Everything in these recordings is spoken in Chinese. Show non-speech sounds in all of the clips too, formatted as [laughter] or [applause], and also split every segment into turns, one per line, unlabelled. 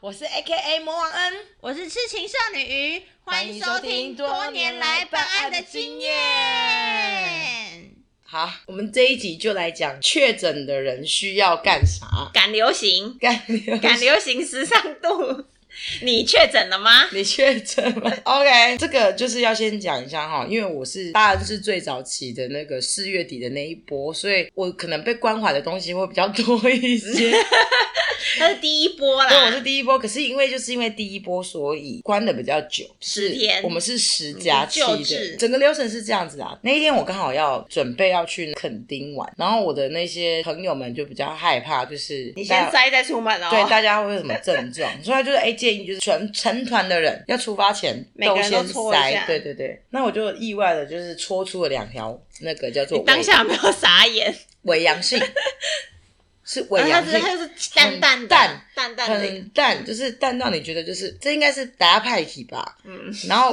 我是 A K A 魔王恩，
我是痴情少女鱼，欢迎收听
多
多
年
年
来
来
办
办
案
案
的
的
经
经
验
验。
好，我们这一集就来讲确诊的人需要干啥？
赶流
[laughs]
行，
干流
赶流行时尚度， [laughs] 你确诊了吗？
你确诊了 [laughs] ？OK，这个就是要先讲一下哈，因为我是当然是最早起的那个四月底的那一波，所以我可能被关怀的东西会比较多一些。
它是第一波
[laughs] 对，我
啦，
是第一波，可是因为就是因为第一波，所以关的比较久，
十
是
天
我们是十加七
你是救
的
治，
整个流程是这样子啊。那一天我刚好要准备要去垦丁玩，然后我的那些朋友们就比较害怕，就是
你
大
先
家
塞再出门哦。
对，大家会有什么症状？ [laughs] 所以他就是哎、建议就是全成团的人要出发前
每个人都
先
搓一
塞
下，
对对对。那我就意外的就是搓出了两条那个叫做
你当下有没有傻眼？
伪
[laughs]
阳性，是伪
然后它
阳
是
性，
啊它是淡淡的
淡
淡淡的，
很淡，就是淡到你觉得就是这应该是达派体吧。
嗯，
[laughs] 然后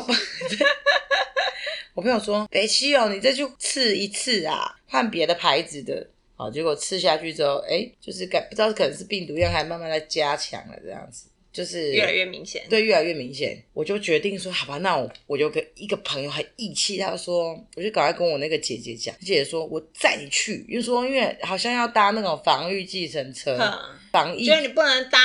我朋友说：“北七哦，你再去刺一次啊，换别的牌子的。”好，结果刺下去之后，哎，就是感不知道可能是病毒量还慢慢在加强了，这样子就是
越来越明显。
对，越来越明显。我就决定说，好吧，那我我就跟一个朋友很义气，他就说，我就赶快跟我那个姐姐讲，姐姐说我载你去，因为说因为好像要搭那种防御计程车，
嗯，
防疫
就是你不能搭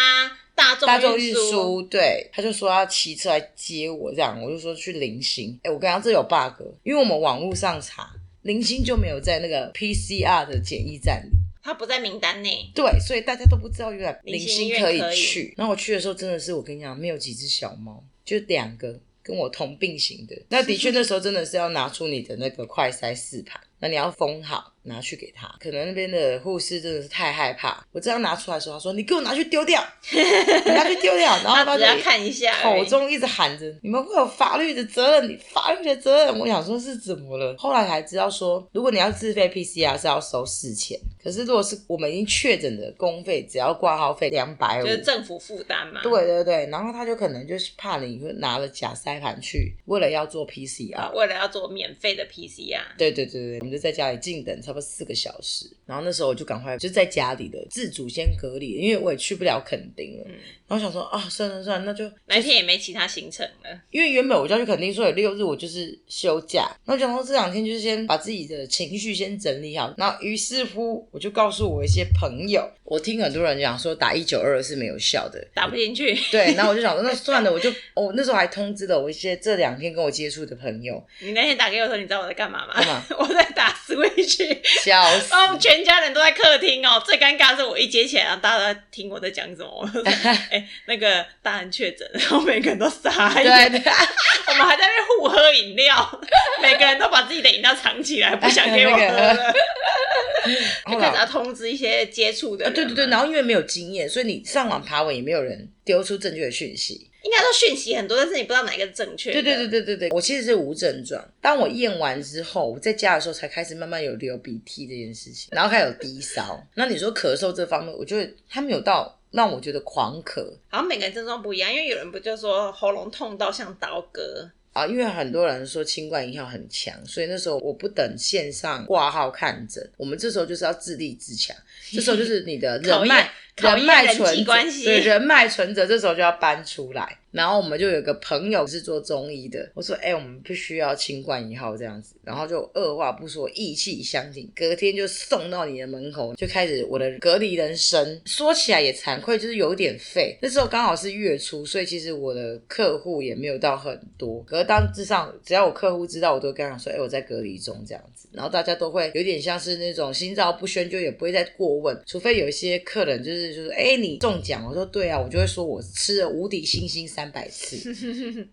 大众
呃大众
运
运输，对，他就说要骑车来接我，这样我就说去零星。哎、我跟他这有 bug，因为我们网络上查，零星就没有在那个 PCR 的检疫站里，
它不在名单内。
对，所以大家都不知道原来零
零
星
星
可
医院可以
去。然后我去的时候，真的是我跟你讲，没有几只小猫，就两个跟我同病型的。那的确那时候真的是要拿出你的那个快筛试盘，那你要封好拿去给他。可能那边的护士真的是太害怕，我这样拿出来的时候，他说：“你给我拿去丢掉，你拿去丢掉。”然后
他
他
只
就
要看一下而已，
哦口中一直喊着“你们会有法律的责任，你法律的责任”，我想说是怎么了？后来才知道说，如果你要自费 PCR 是要收四千，可是如果是我们已经确诊的公费，只要挂号费两百五
就。是政府负担嘛。
对对对，然后他就可能就是怕你会拿了假筛盘去，为了要做 PCR，
为了要做免费的啊 PCR，
对对对对，我们就在家里静等差不多四个小时，然后那时候我就赶快就在家里的自主先隔离，因为我也去不了垦丁了，
嗯
然后想说啊，算了算了，那就
那天也没其他行程了。
因为原本我就要去垦丁，所以六日我就是休假。那我想说这两天就是先把自己的情绪先整理好。然后于是乎，我就告诉我一些朋友，我听很多人讲说打一九二是没有效的。
打不进去， [laughs]
对，然后我就想说，那算了，我就我、那时候还通知了我一些这两天跟我接触的朋友，
你那天打给我的时候，你知道我在干嘛吗
干嘛？
[laughs] 我在打 Switch，
笑死。
哦，全家人都在客厅哦。最尴尬的是我一接起来，然后大家都在听我在讲什么。 [laughs] 我就说哎、那个大人确诊，然后每个人都傻
对
眼，
对，
我们还在那边互喝饮料， [laughs] 每个人都把自己的饮料藏起来，不想给
[laughs]
我喝 [laughs] 了。就
后
开始
来
要通知一些接触的
啊，
人、
对对对，，然后因为没有经验，所以你上网爬文也没有人丢出正确的讯息。
应该说讯息很多，但是你不知道哪一个是正确的。
对对对对对对，我其实是无症状。当我验完之后，我在家的时候才开始慢慢有流鼻涕这件事情，然后开始有低烧。那你说咳嗽这方面，我觉得他没有到让我觉得狂咳
好像每个人症状不一样，因为有人不就说喉咙痛到像刀割，
啊，因为很多人说新冠影响很强，所以那时候我不等线上挂号看诊，我们这时候就是要自立自强。这时候就是你的
[laughs]
人
考验
脉
考验
脉
人际
存折
关系
对人脉存折，这时候就要搬出来。然后我们就有个朋友是做中医的，我说：“哎、我们必须要清冠一号这样子。”然后就二话不说，意气相挺，隔天就送到你的门口，就开始我的隔离人生。说起来也惭愧，就是有点废。那时候刚好是月初，所以其实我的客户也没有到很多。可是当之上，只要我客户知道，我都会跟他说：“哎、我在隔离中这样子。”然后大家都会有点像是那种心照不宣，就也不会再过问，除非有一些客人就是就是，哎、你中奖，我说对啊，我就会说我吃了无敌星星三百次，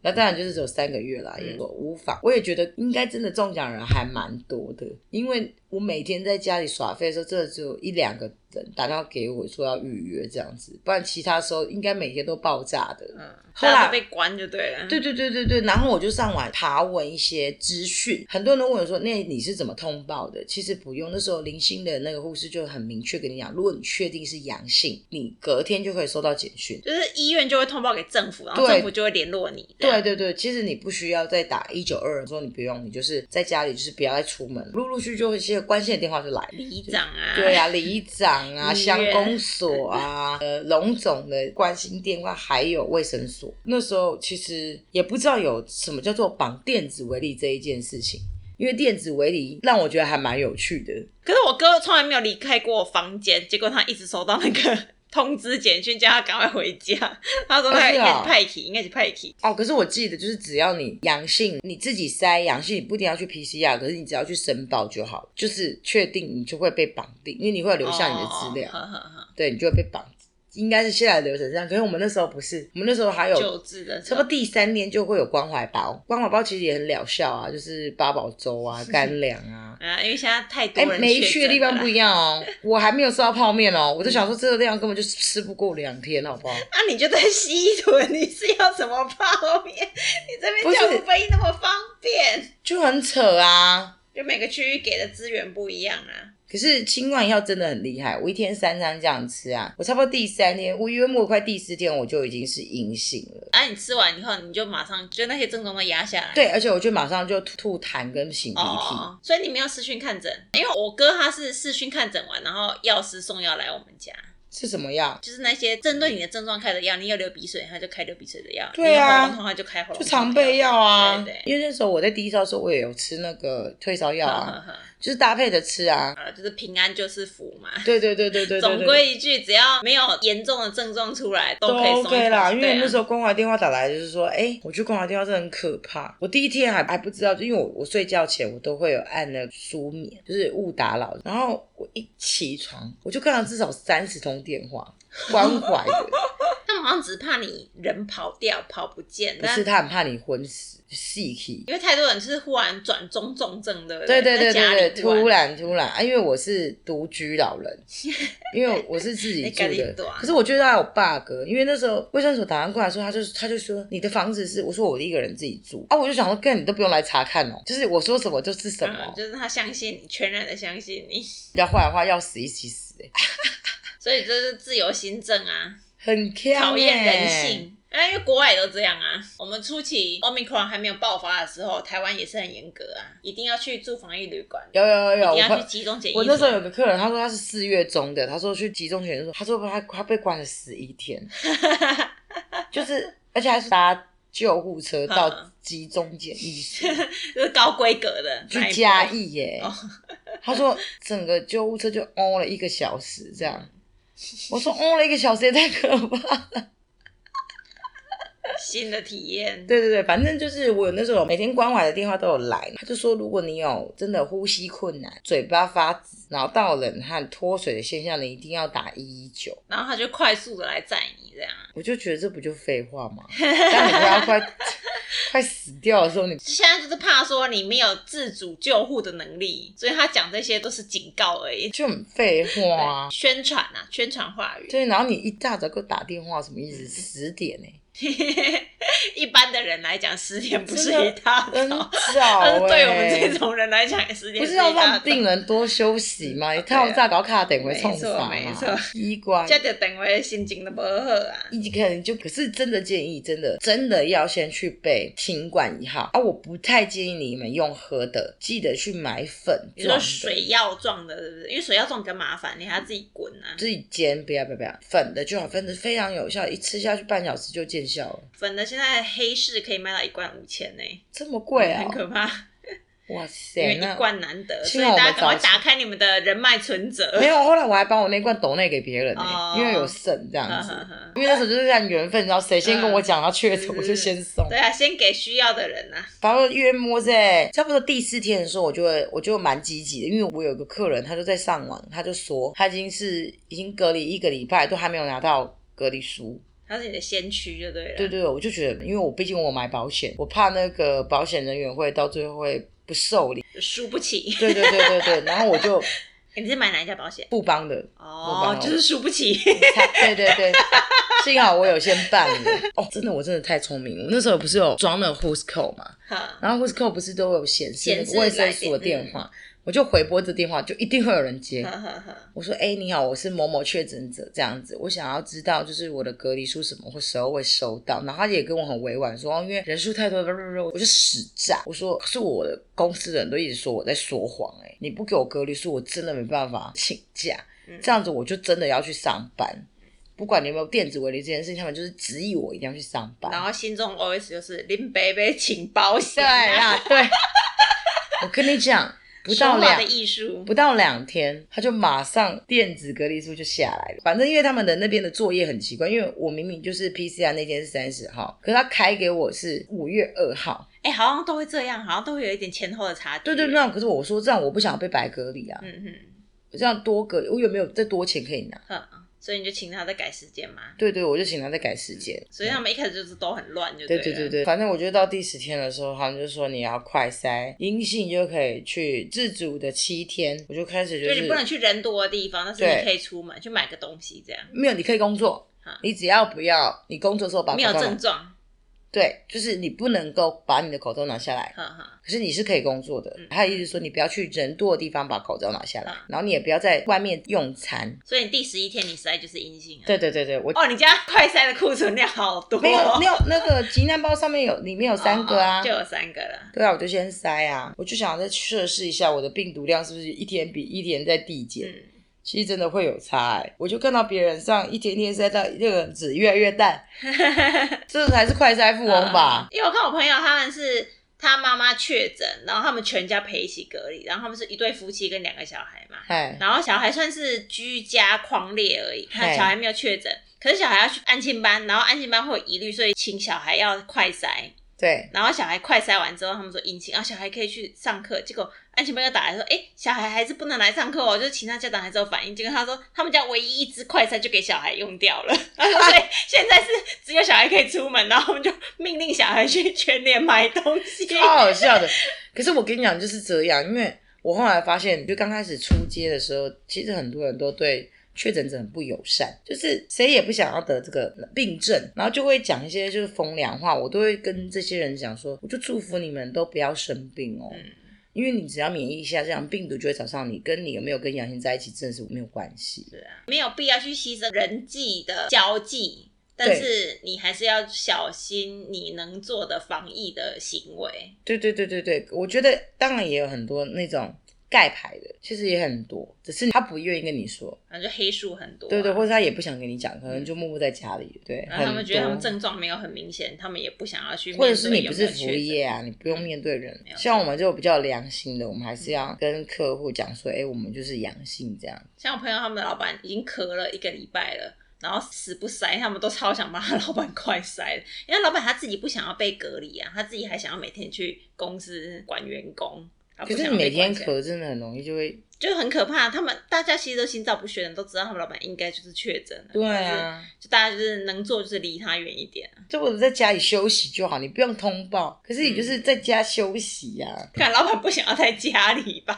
那当然就是只有三个月
嗯
啦，也说无法，我也觉得应该真的中奖人还蛮多的，因为我每天在家里耍废的时候，真的只有一两个人打电话给我说要预约这样子，不然其他时候应该每天都爆炸的。
嗯，
后来
大家都被关就对了。
对对对对对，然后我就上网爬文一些资讯，很多人都问我说：“那你是怎么通报的？”其实不用，那时候零星的那个护士就很明确跟你讲，如果你确定是阳性，你隔天就可以收到简讯。
就是医院就会通报给政府，然后
对
政府就会联络你。这
对
样，
对对，其实你不需要再打一九二，说你不用，你就是在家里，就是不要再出门，陆陆续续就会一些关心的电话就来了。
里长啊，
对啊，里长长啊、乡公所啊、呃龙总的关心电话，还有卫生所。那时候其实也不知道有什么叫做绑电子围篱这一件事情，因为电子围篱让我觉得还蛮有趣的。
可是我哥从来没有离开过我房间，结果他一直收到那个 [laughs] 通知简讯，叫他赶快回家。他说他
哦是
应
哦
该是派去，应该是派去。
哦，可是我记得，就是只要你阳性，你自己筛阳性，你不一定要去 PCR，可是你只要去申报就好，就是确定你就会被绑定，因为你会留下你的资料，
哦呵呵呵
对你就会被绑。应该是现在的流程这样，可是我们那时候不是，我们那时候还有
救治的时
差
候
不多第三年就会有关怀包，关怀包其实也很疗效啊，就是八宝
[laughs]
粥啊、干粮啊。
啊，因为现在太多
哎、
人啊
每去的地方不
一
一样
[laughs]
哦。我还没有吃到泡面哦，我就
嗯
想说这个量根本就吃不过两天，好不好？
啊，你就在西屯，你是要什么泡面？你这
不
边
是
叫五飞那么方便，
就很扯啊。
就每个区域给的资源不一样啊。
可是清冠药真的很厉害，我一天三餐这样吃啊，我差不多第三天，我约莫快第四天我就已经是阴性了。
啊，你吃完以后，你就马上就那些症状都压下来。
对，而且我就马上就吐吐痰跟擤鼻涕。
哦，所以你没有视讯看诊，因为我哥他是视讯看诊完，然后药师送药来我们家，
是什么药？
就是那些针对你的症状开的药，你有流鼻水，他就开流鼻水的药；
对啊
你有喉咙痛他就开喉咙
就
痛的
常备药啊。
对对
因为那时候我在低烧的时候，我也有吃那个退烧药
呵
啊
呵。呵
就是搭配着吃啊。
好了，就是平安就是福嘛。
对对对对对对对
总归一句，只要没有严重的症状出来，都可以送
都
一啊
OK 啦，因为那时
候
候关怀电话打来就是说，哎、我去关怀电话真的很可怕。我第一天还还不知道，就因为我我睡觉前我都会有按那个舒眠，就是勿打扰。然后我一起床，我就看到至少三十通电话，关怀的，
[laughs] 他们好像只怕你人跑掉、跑不见，
不
但
是他很怕你昏死、细气。
因为太多人是忽然转中重症的，
对对
对
对对对，突
然
然突然啊，因为我是独居老
[laughs]
人，因为我是自己住
你自己住
的
啊，
可是我觉得他有 bug，因为那时候卫生所打电话过来说，他就他就说你的房子是，我说我一个人自己住啊，我就想说，跟你都不用来查看哦，就是我说什么就是什么
嗯，，就是他相信你，全然的相信你，
要坏的话要死一起死、欸，
所以这是自由新政啊，
很呛欸欸
考验人。性。啊，因为国外也都这样啊。我们初期 Omicron 还没有爆发的时候，台湾也是很严格啊，一定要去住防疫旅馆，
有有有有，
一
我
定要去
朋
集中检疫所。
我那时候有个客人，他说他是四月中的，他说去集中检疫所，他说他他被关了十一
[laughs]
天，就是而且还是搭救护车到
嗯
集中检疫所。
就是高规格的那
去
一
嘉
波
义耶、
哦
[laughs] 他说整个救护车就哦了一个小时这样。我说哦了一个小时也太可怕。
新的体验。
对对对，反正就是我那时候每天关怀的电话都有来，他就说如果你有真的呼吸困难、嘴巴发紫、脑道冷汗、脱水的现象，你一定要打一一九。
然后他就快速的来载你，这样啊。
我就觉得这不就废话吗？ [laughs] 当你快要快快死掉的时候，你
就现在就是怕说你没有自主救护的能力，所以他讲这些都是警告而已。
就很废话啊、
对，宣传啊，宣传话语。 [laughs]
对，然后你一大早给我打电话，什么意
嗯
思？十点呢、
一般的人来讲，十点不是
真的
一大
很
早，
早、
但 [laughs] 嗯是
欸。
对我们这种人来讲，十点
不
是
是
一
要
大
让
早。
病啊人多休息吗？你太炸搞卡等回冲啥嘛？
没错没错
医官
这就等于心情都不好啊。
一可能就可是真的建议，真的真的要先去备清管一号啊！我不太建议你们用喝的，记得去买粉
比如
状
说
的，
水药状的，对不对？因为水药状比较麻烦，你还要自己滚啊。
自己煎，不要不要不要粉的就好，粉的非常有效，一吃下去半小时就见效了，
粉的现在黑市可以卖到一罐五千呢，
这么贵啊
很、 [laughs] 可怕。
哇
因为
塞，
一
那
罐难得，所
幸
以
好我们
大家赶快
早起
打开你们的人脉存折。
没有，后来我还把我那罐抖内给别人、呢，欸
哦啊
因为有剩这样
呵
子。
呵呵
因为那时候就是看缘分，你知道谁先跟我讲要确诊，
嗯
我就先送。
对啊，先给需要的人呐、啊。
然后约摸在差不多第四天的时候，我就会我就蛮积极的，因为我有一个客人，他就在上网，他就说他已经是已经隔离一个礼拜，都还没有拿到隔离书。
他是你的先驱就对了。
对对，对我就觉得，因为我毕竟我买保险，我怕那个保险人员会到最后会不受理。
输不起。 [laughs]
对对对对对，然后我就
欸你是买哪一家保险？
不帮的，我
哦
帮，
就是输不起。
才对对对。幸好我有先办了哦，真的我真的太聪明了。我那时候不是有装了 Who's Call 嘛，
哈
然后 w h i s c o 不是都有显示那
显
个
示
卫生所的电嗯话，我就回拨这电话，就一定会有人接
哈。哈哈。
我说：“哎、你好，我是某某确诊者，这样子，我想要知道就是我的隔离书什么会时候会收到。”然后他也跟我很委婉说：“哦，因为人数太多，不不不，我就使诈。”我说：“可是我的公司的人都一直说我在说谎，哎，你不给我隔离书，我真的没办法请假。”
嗯
这样子我就真的要去上班。不管你有没有电子围篱这件事情，他们就是执意我一定要去上班。
然后心中 OS 就是林北北请保
对
险、啊，
啦， [laughs] 对，我跟你讲，不
说
到
话
两
的艺术
不，到两天，他就马上电子隔离书就下来了。反正因为他们的那边的作业很奇怪，因为我明明就是 PCR 那天是三十号，可是他开给我是五月二号。
哎、好像都会这样，好像都会有一点前后的差距。
对对，那可是我说这样我不想被白隔离啊，
嗯嗯
我这样多隔离，我有没有再多钱可以拿？
嗯，所以你就请他再改时间嘛。
对对，我就请他再改时间。
所以他们一开始就是都很乱，就对
对
啊
对
了
对。对，反正我觉得到第十天的时候，他们就说你要快筛阴性就可以去自主的七天，我就开始就
就是你不能去人多的地方，但是
对
你可以出门去买个东西，这样
没有，你可以工作
啊，
你只要不要你工作的时候把口
没有
罩拿
症状。
对，就是你不能够把你的口罩拿下来，
哈哈，
可是你是可以工作的
嗯。
他的意思说你不要去人多的地方把口罩拿下来
啊，
然后你也不要在外面用餐。
所以你第十一天你实在就是阴性啊。
对对对对，我
哦，你家快筛的库存量好多哦，
没有没有那个急难包上面有里面有三个
哦
啊
就。有三个了。
对啊，我就先塞啊，我就想再测试一下我的病毒量是不是一天比一天在递减。
嗯，
其实真的会有差、欸，我就看到别人上一天天塞到那个纸越来越
[laughs]
淡，这才是快筛富翁吧？
呃因为我看我朋友他们是他妈妈确诊，然后他们全家陪一起隔离，然后他们是一对夫妻跟两个小孩嘛，
哎、
然后小孩算是居家狂烈而已，他
嘿
小孩没有确诊，可是小孩要去安亲班，然后安亲班会有疑虑，所以请小孩要快筛，
对，
然后小孩快筛完之后，他们说阴性，然后小孩可以去上课，结果安亲班又打来说，哎，小孩还是不能来上课哦，就是其他家长还是有反应，结果他说他们家唯一一支快筛就给小孩用掉
[laughs]
了，然后所以现在是只有小孩可以出门，然后我们就命令小孩去全联买东
[laughs]
西，
超好笑的。可是我跟你讲就是这样，因为我后来发现，就刚开始出街的时候，其实很多人都对。确诊者很不友善，就是谁也不想要得这个病症，然后就会讲一些就是风凉话。我都会跟这些人讲说，我就祝福你们都不要生病哦，
嗯
因为你只要免疫下降，病毒就会找上你，跟你有没有跟阳性在一起真的是没有关系。
没有必要去牺牲人际的交际，但是你还是要小心你能做的防疫的行为。
对对对对对，我觉得当然也有很多那种盖牌的，其实也很多，只是他不愿意跟你说，
然后就黑数很多啊、嗯
对对，或者他也不想跟你讲，可能就默默在家里，对，
然后他们
很
觉得他们
多
症状没有很明显，他们也不想要去面
或
对
者
有没有确
是
诊。
你不是服务业啊，你不用面对人
没。有嗯
像我们就比较良心的，我们还是要跟客户讲说，哎，我们就是阳性这样。
像我朋友他们的老板已经咳了一个礼拜了。然后死不塞，他们都超想帮他老板快塞的，因为老板他自己不想要被隔离啊，他自己还想要每天去公司管员工。啊他不
可是
想
你
要被
每
管
天
起来嗯
咳真的很容易就会，
就很可怕。他们大家其实都心照不宣，都知道他们老板应该就是确诊了。
对
但是，
啊，
就大家就是能做就是离他远一点。啊
就我在家里休息就好，你不用通报。可是你
嗯
就是在家休息呀、
看老板不想要在家里吧，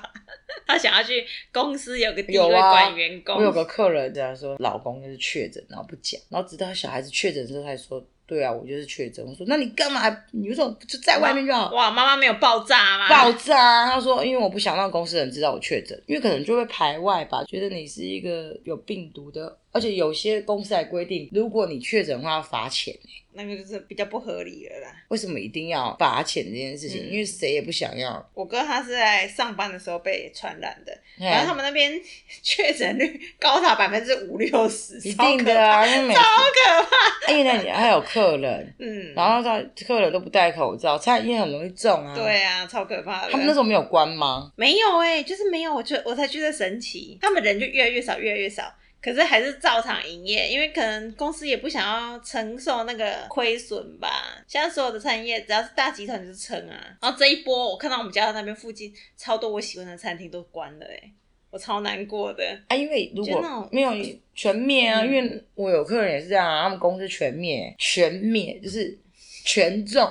他想要去公司有个地位
有啊
管员工。
我有个客人这样说，老公就是确诊，然后不讲，然后直到小孩子确诊之后，他才说，对啊，我就是确诊。我说，那你干嘛？你为什么不就在外面就好？
哇，妈妈没有爆炸吗？
爆炸、啊！他说，因为我不想让公司人知道我确诊，因为可能就会排外吧，觉得你是一个有病毒的，而且有些公司还规定，如果你确诊的话要罚钱、
那个就是比较不合理了啦。
为什么一定要罚钱这件事情？
嗯
因为谁也不想要。
我哥他是在上班的时候被传染的，反
然
嗯正他们那边 [laughs] 确诊率高达百分之五六十，
一
超
定
可
的
怕
啊，因为每次
超可怕。
因为那里还有客人，
嗯，
然后他客人都不戴口罩，餐饮业很容易中啊。。
对啊，超可怕的。
他们那时候没有关吗？
没有哎、就是没有，我觉得我才觉得神奇。他们人就越来越少，越来越少，可是还是照常营业，因为可能公司也不想要承受那个亏损吧。现在所有的餐饮业，只要是大集团就是撑啊。然后这一波，我看到我们家那边附近超多我喜欢的餐厅都关了哎、我超难过的。哦
啊，因为如
就那
果
种
没有全灭啊，
嗯
因为我有客人也是这样啊，他们公司全灭，全灭就是全中，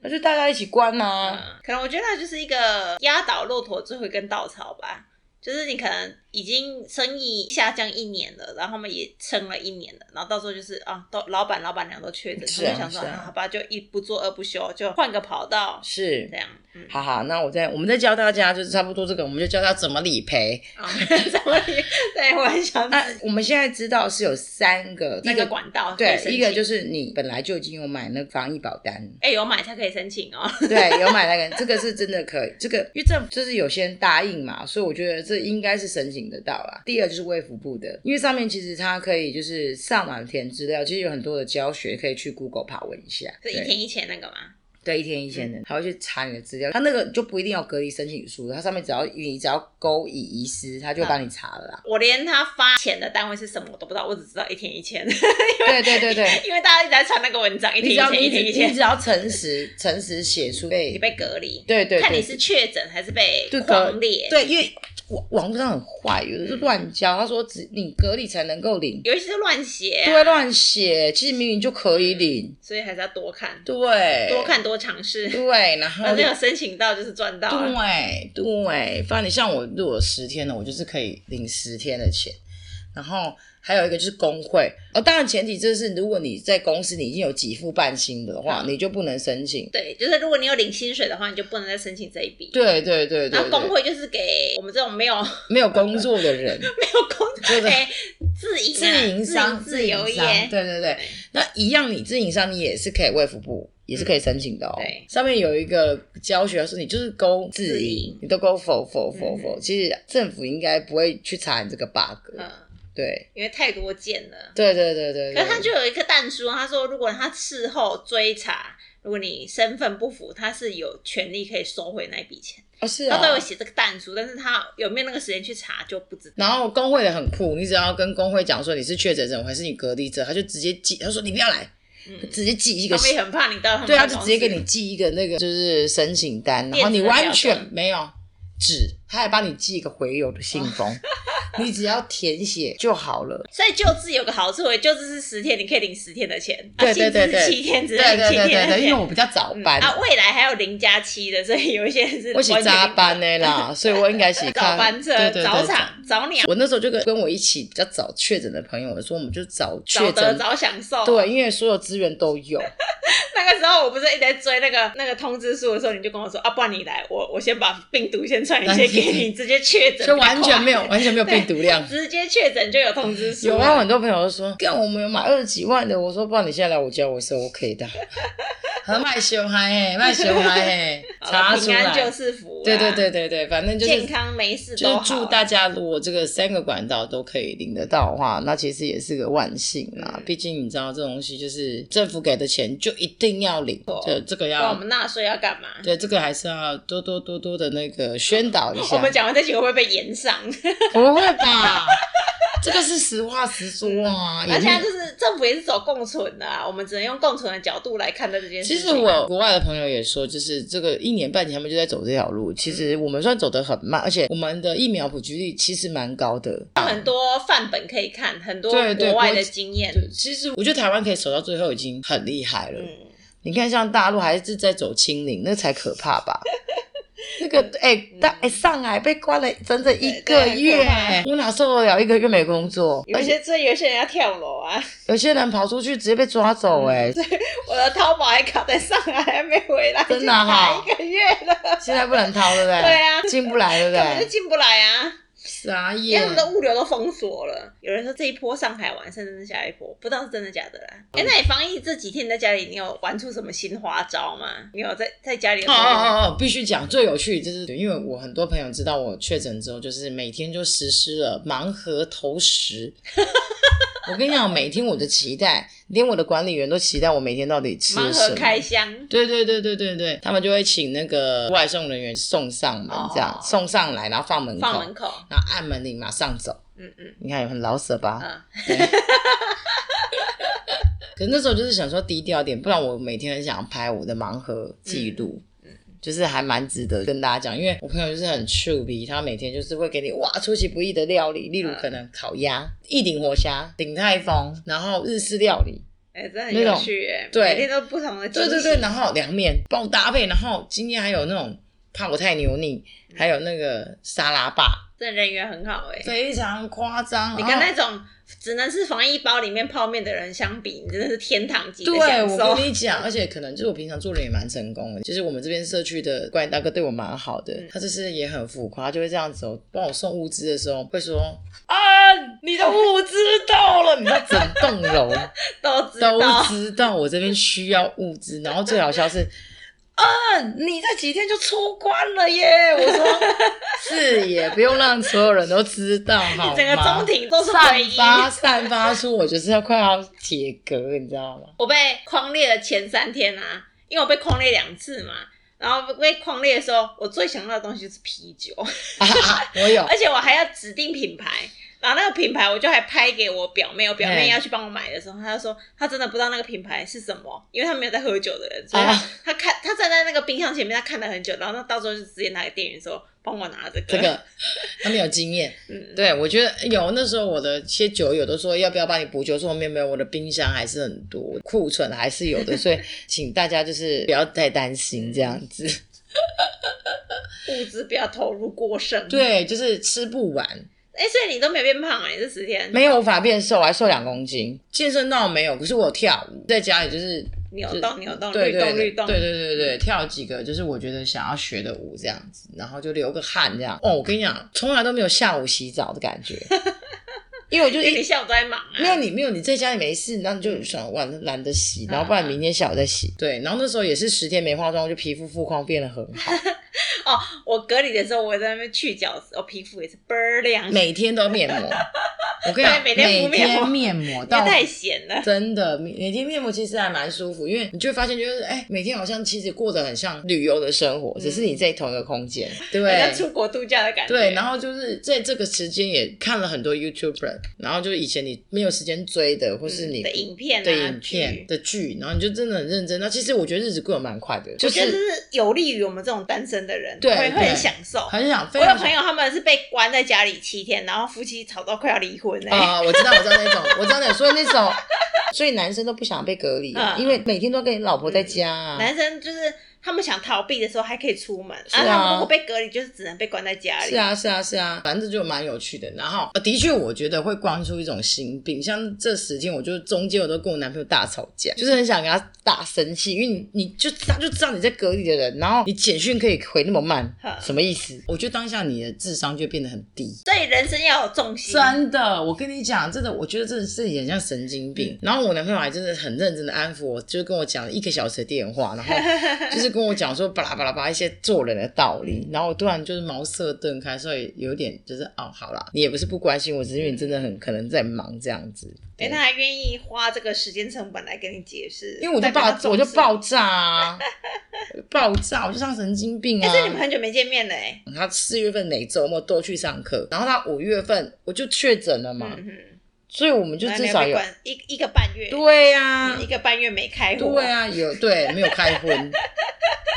那就大家一起关啊。
嗯，可能我觉得那就是一个压倒骆驼最后一根稻草吧。就是你可能已经生意下降一年了，然后他们也撑了一年了，然后到时候就是啊，都老板、老板娘都确诊，
是啊
他们就想
是
说
啊
好吧，就一不做二不休，就换个跑道，
是
这，样。嗯，
好好，那我再我们再教大家，就是差不多这个，我们就教他怎么理赔。
[laughs] 啊，怎么也？对，我很想
那、我们现在知道是有三个，
那
一
个管道可以
对
申，请
一个就是你本来就已经有买那个防疫保单，
哎，有买才可以申
[laughs]
请哦。
对，有买那个，这个是真的可以，这个因为政府就是有些人答应嘛，所以我觉得这这应该是申请得到啦。第二就是卫福部的，因为上面其实它可以就是上网填资料，其实有很多的教学可以去 Google 爬文一下。
是
对
一天一嗯千那个吗？
对，一天一千的，他会去查你的资料，他那个就不一定要隔离申请书，他上面只要你只要勾已遗失，他就会帮你查了啦。
我连他发钱的单位是什么我都不知道，我只知道一天一千， [laughs]
对对对对，
因为大家一直在传那个文 [laughs] 章，一天
你只
一
要
千，
你
一
只
天一
你
千，
只要诚实诚实写出被
你被隔离，
对对
看你
对
是确诊还是被
对隔
狂裂，
对，因为网网络上很坏，有的是乱教，他说只你隔离才能够领，
尤其是乱写啊，
对，乱写，其实明明就可以领，
所以还是要多看，
对，
多看啊多尝试，
对，然
[laughs]
后
反正有申请到就是赚到啊了。
对对，反正你像我如果十天了，我就是可以领十天的钱。然后还有一个就是工会，哦，当然前提就是如果你在公司你已经有给付半薪的
嗯
话，你就不能申请。
对，就是如果你有领薪水的话，你就不能再申请这一笔。
对对
然
对对
后啊工
对，
会就是给我们这种
[laughs]
没有没
没有工作的人，
有工
对
[laughs]
对
哎、 [laughs] 自营、啊、
自营商、
自由
自营商
业，
对对对。那一样，你自营商你也是可以卫福部。也是可以申请的哦。
嗯对
上面有一个教学说，你就是勾自
自
营
营，
你都勾否否否否。
嗯
其实政府应该不会去查你这个 bug，、
嗯，
对
因为太多件了。
对对对对。
可
对
是他就有一个弹书，他说如果他事后追查，如果你身份不符，他是有权利可以收回那一笔钱。
哦是
他
啊
都。有写这个弹书，但是他有没有那个时间去查就不知道。
然后工会的很酷，你只要跟工会讲说你是确诊者还是你隔离者，他就直接寄，他说你不要来，
嗯，
直接寄一个
他们也很怕你到他们
对啊，
办
就
公
直
室
接给你寄一个那个就是申请单，然后你
电子的表格
完全没有纸，他还帮你寄一个回邮的信
哦
封，你只要填写就好
[laughs]
了。
所以救治有个好处，救治是十天，你可以领十天的钱，
对对对对
啊薪资是七天只
对
能领
对
七
对
天
对
的 [laughs]
对，因为
钱。
我比较早
嗯
班，
啊，未来还有零加七的，所以有一些是
我是
完全
加
领不
班
到
的啦，所以我应
[laughs]
该是
早
看
班
对
车、
对对
早场、早鸟，
我那时候就跟跟我一起比较早确诊的朋友说，我们就早
早
确
得
诊，
早享受。，
对，因为所有资源
[laughs]
都有。
那个时候我不是一直在追那个那个通知书的时候，你就跟我说啊，不然你来，我我先把病毒先传一些给你，直接确诊，
就完全没有，完全没有
[laughs] 对
病毒量。
直接确诊就有通知书
有
了。
啊，很多朋友都说，干我们有买二十几万的，我说不然你现在来我家，我是 OK 的。很卖熊嗨嘿，卖熊嗨嘿，
好了
查出
平安就
来。
是福啊，
对对对对对，反正就是
健康没事
就
都
是祝
好。
大家，如果这个三个管道都可以领得到的话，那其实也是个万幸啦。
嗯
毕竟你知道这东西就是政府给的钱就一定要领，这这个
那我
要
们纳税要干嘛？
对啊这个还是要多多多多的那个宣导一
我
下。
们讲完这集会不会被延上？
嗯
[laughs]
不会吧？这个是实话实说啊，也
[laughs] 而
没
且
有
它就是政府也是走共存的、啊，我们只能用共存的角度来看待这件事
其
情。啊
实我国外的朋友也说，就是这个一年半前他们就在走这条路。其实我们算走得很慢，而且我们的疫苗普及率其实蛮高的。
很多范本可以看，很多
对对
国外
国
的
际
经验。
对，其实我觉得台湾可以守到最后已经很厉害了。
嗯，
你看，像大陆还是在走清零，那才可怕
[laughs]
吧？那个哎，大、哎、上海被关了整整一个
嗯对
月
对很，
我哪受得了一个月没工作？
有
而
一
且
些这有些人要跳楼啊，
有些人跑出去直接被抓走、哎、
嗯我的淘宝还卡在上海，还没回来，
真的啊哈
已经打一个月了，
现在不能逃，对不对？
[laughs] 对啊
进不来，对不
根本就
对？
进不来啊，
傻
因为
眼
他们。的物流都封锁了。有人说这一波上海玩，甚至是下一波，不知道是真的假的啦。哎、那你防疫这几天你在家里，你有玩出什么新花招吗？你有在在家里有
哦
什么
哦哦！必须讲最有趣，就是因为我很多朋友知道我确诊之后，就是每天就实施了盲盒投食。我跟你讲，每天我的期待，连我的管理员都期待我每天到底吃了
盲
什
盒
么。
开箱？
对对对对对对，他们就会请那个外送人员送上门，这样、
哦
送上来，然后放门口，
放门口，
然后按门铃马上走。
嗯嗯
你看有很老舍吧？
啊，
可是那时候就是想说低调点，不然我每天很想拍我的盲盒记录。
嗯
就是还蛮值得跟大家讲，因为我朋友就是很臭逼，他每天就是会给你哇出其不意的料理，例
嗯
如可能烤鸭、一顶活虾、鼎泰丰，然后日式料理，
哎、真的很有趣哎、
对
每天都不同的惊
对
喜，
对对，然后凉面爆搭配，然后今天还有那种泡菜牛腻，
嗯
还有那个沙拉吧，
真的人缘很好哎、
非常夸张。
你
然
跟
后
那种只能是防疫包里面泡面的人相比，你真的是天堂级的
对，
享
我
受。
跟你讲， [laughs] 而且可能就是我平常做人也蛮成功的，就是我们这边社区的关大哥对我蛮好的，
嗯
他就是也很浮夸，就会这样子、哦，帮我送物资的时候会说啊，你的物资到了，你知道整栋楼
都知
都
道，
[laughs] 知道我这边需要物资，然后最好笑是。嗯，你这几天就出关了耶！我 [laughs] 说是也不用让所有人都知道，好
整个
吗
中庭都是回
散
音。
发散发出我就是要快要解隔，你知道吗？
我被框列的前三天啊，因为我被框列两次嘛，然后被框列的时候，我最想到的东西就是啤酒， [laughs]
啊啊 [laughs] 我有，
而且我还要指定品牌。然后那个品牌，我就还拍给我表妹，我表妹
嗯
要去帮我买的时候，她就说她真的不知道那个品牌是什么，因为她没有在喝酒的人，所以她,、
啊
[laughs] 她看她站在那个冰箱前面，她看了很久，然后她到时候就直接拿给店员说帮我拿这个，
这个他们有经验。
嗯，
对，我觉得哎有那时候我的一些酒友都说要不要帮你补酒，我说没有没有，我的冰箱还是很多，库存还是有的，所以请大家就是不要太担心这样
[laughs]
子。
物资不要投入过剩。，
对，就是吃不完，
哎，所以你都没有变胖哎、这十天
没有无法变瘦，我还瘦两公斤，健身倒没有，可是我有跳舞，在家里就是
扭动扭动，
对
律
对
动
对
律动，
对对对对，跳几个就是我觉得想要学的舞这样子，然后就流个汗这样。哦，我跟你讲，从来都没有下午洗澡的感
[laughs]
觉，因为我就
因为你
一。
下午都在忙啊。
没有你没有你在家里没事，然后你就想懒懒得洗，然后不然明天下午再洗。嗯对，然后那时候也是十天没化妆，就皮肤肤况变得很好，
哦，我隔离的时候，我在那边去角质，我皮肤也是倍儿亮，因为
每天都面膜。我跟你讲，
对每天敷
每
面膜
天面膜 [laughs] 到
太咸了。
真的，每每天面膜其实还蛮舒服，因为你就会发现，就是哎、每天好像其实过得很像旅游的生活，只是你在同一个空间，
好像
对。
出国度假的感觉。
对，然
后
后就是在这个时间也看了很多 YouTuber，然后就是以前你没有时间追的，或是你
的影片啊，
的嗯影片
剧
的剧，然后你就真的很认真。那其实我觉得日子过得蛮快的，就
我觉得这
是
是有利于我们这种单身的人，
对
会
对
会很享受。
很想非
我有
常
朋友他们是被关在家里七天，然后夫妻吵到快要离婚哎、
啊、我知道，我知道那种，我知道那种，所以那种，
[laughs]
所以男生都不想被隔离啊，
嗯
因为每天都跟你老婆在家啊。
男生就是他们想逃避的时候还可以出门，
是啊
他们如果被隔离，就是只能被关在家里。
是啊，是啊，是啊，反正这就蛮有趣的。然后，呃的确，我觉得会关出一种心病。像这十天，我就中间我都跟我男朋友大吵架，就是很想跟他大生气，因为你你就他就知道你在隔离的人，然后你简讯可以回那么慢
哈，
什么意思？我觉得当下你的智商就变得很低。
所以人生要有重心。
真的，我跟你讲，真的，我觉得这是很像神经
嗯
病。然后我男朋友还真的很认真的安抚我，就是跟我讲了一个小时的电话，
[laughs]
然后就是跟我讲说巴拉巴拉巴拉一些做人的道理。然后我突然就是茅塞顿开，所以有点就是哦，好啦，你也不是不关心我，只是因为你真的很可能在忙这样子。
哎、他还愿意花这个时间成本来跟你解释，
因为我就
代表他
爆，
重
我就
视
爆炸啊，我就爆炸，我就像神经病
哎、
啊！
所以你们很久没见面了哎、
他四月份每周末都去上课，然后他五月份我就确诊了嘛，
嗯哼，
所以我们就
然后
至
你又
少
被
有。
关一一个半月，
对呀、
一个半月没开火，
对啊，有对没有
[laughs]
开荤，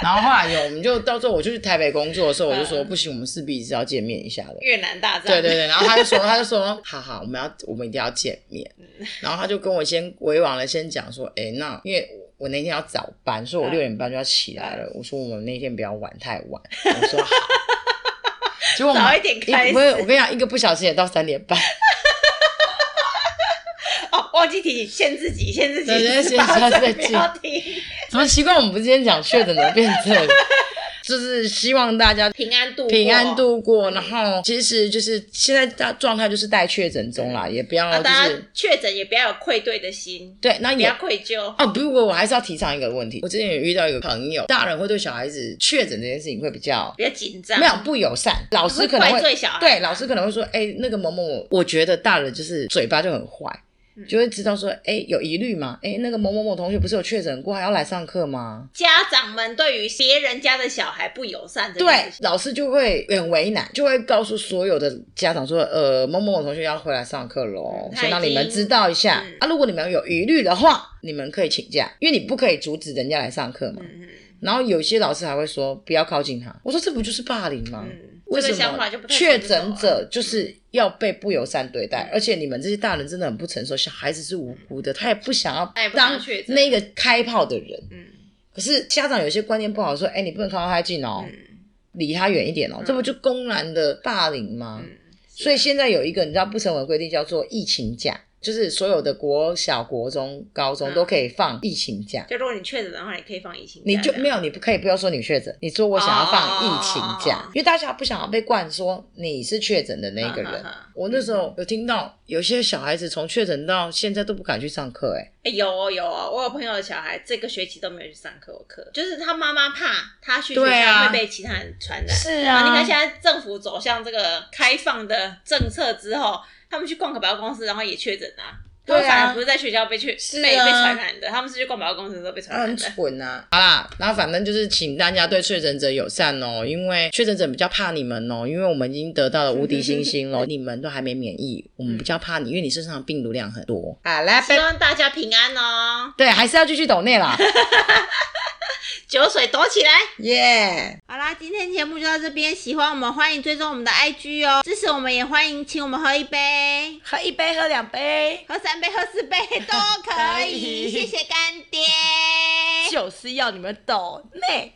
然后后来有我们就到最后我就去台北工作的时候，我就说
嗯
不行，我们势必是要见面一下的。
越南大战，
对对对，然后他就说，他就说，好好，我们要，我们一定要见面。
嗯
然后他就跟我先委婉的先讲说，哎，那因为我我那天要早班，所以我
嗯
六点半就要起来了。我说我们那天不要晚太
[laughs]
晚。我说好。结果我们
早一点开始
不是我跟你讲，一个不小心也到三点半。 [laughs]
哦，忘记提醒，限制级，限制级，
对对限制
18岁
限制
不要停，
怎么习惯我们不是今天讲确诊的变这样？ [laughs] 就是希望大家
平安度过嗯
平安。度过，然后其实就是现在大状态就是待确诊中啦，也不要
啊，
就
大
是、
家确诊也不要有愧对的心，
对，那
不
也
要愧疚。
哦，不过我还是要提倡一个问题，我之前也遇到一个朋友，大人会对小孩子确诊这件事情会比较
不要紧张，
没有不友善，老师可能
怪
会
罪小孩，
对老师可能会说，哎、那个某某某，我觉得大人就是嘴巴就很坏。
嗯
就会知道说，哎、有疑虑嘛？哎、那个某某某同学不是有确诊过，还要来上课吗？
家长们对于别人家的小孩不友善这件
对
事，情，
老师就会很为难，就会告诉所有的家长说，呃，某某某同学要回来上课喽
嗯，他
先让你
已
们
经
知道一下、
嗯
啊。如果你们有疑虑的话，你们可以请假，因为你不可以阻止人家来上课嘛。
嗯
然后有些老师还会说不要靠近他，我说这不就是霸凌吗？
嗯，
为
这
什
个想法
么
就不太
确
成熟嗯啊
诊者就是要被不友善对待？而且你们这些大人真的很不成熟，小孩子是无辜的，他也不想要
他也不想
当
确诊
那个开炮的人。
嗯
可是家长有些观念不好，说哎，你不能靠他太近哦，
嗯
离他远一点哦，这不就公然的霸凌吗？
嗯，
所以现在有一个你知道不成文规定叫做疫情假，就是所有的国小、国中、高中
嗯
都可以放疫情假。
就如果你确诊的话，你可以放疫情假，
你就
这样
没有，你不可以不要说你确诊，你说我想要放疫情假，
哦
因为大家不想要被灌说你是确诊的那个人。
嗯嗯嗯
我那时候有听到有些小孩子从确诊到现在都不敢去上课、欸，
哎、
哎，
有哦有哦，我有朋友的小孩这个学期都没有去上课课，就是他妈妈怕他去学
对
校
啊
会被其他人传染。
是
然后啊你看现在政府走向这个开放的政策之后，他们去逛个百货公司，然后也确诊啊。他们
对啊
反而不是在嗯学校被确、
是啊
被被传染的，他们是去逛百货公司的时候被传
很
染的。
蠢啊！好啦，然后反正就是请大家对确诊者友善哦，因为确诊者比较怕你们哦，因为我们已经得到了无敌星星 [laughs] 了，你们都还没免疫，我们比较怕你，因为你身上的病毒量很多。好啦，
希
拜
望大家平安哦，
对，还是要继续抖内 [laughs] 啦，
酒水躲起来。
耶、
好啦，今天节目就到这边，喜欢我们欢迎追踪我们的 IG 哦，支持我们也欢迎请我们喝一杯。
喝一杯，喝两杯，
喝三杯、喝四杯都可
可
以。
以
谢谢干爹。
就是要你们抖内。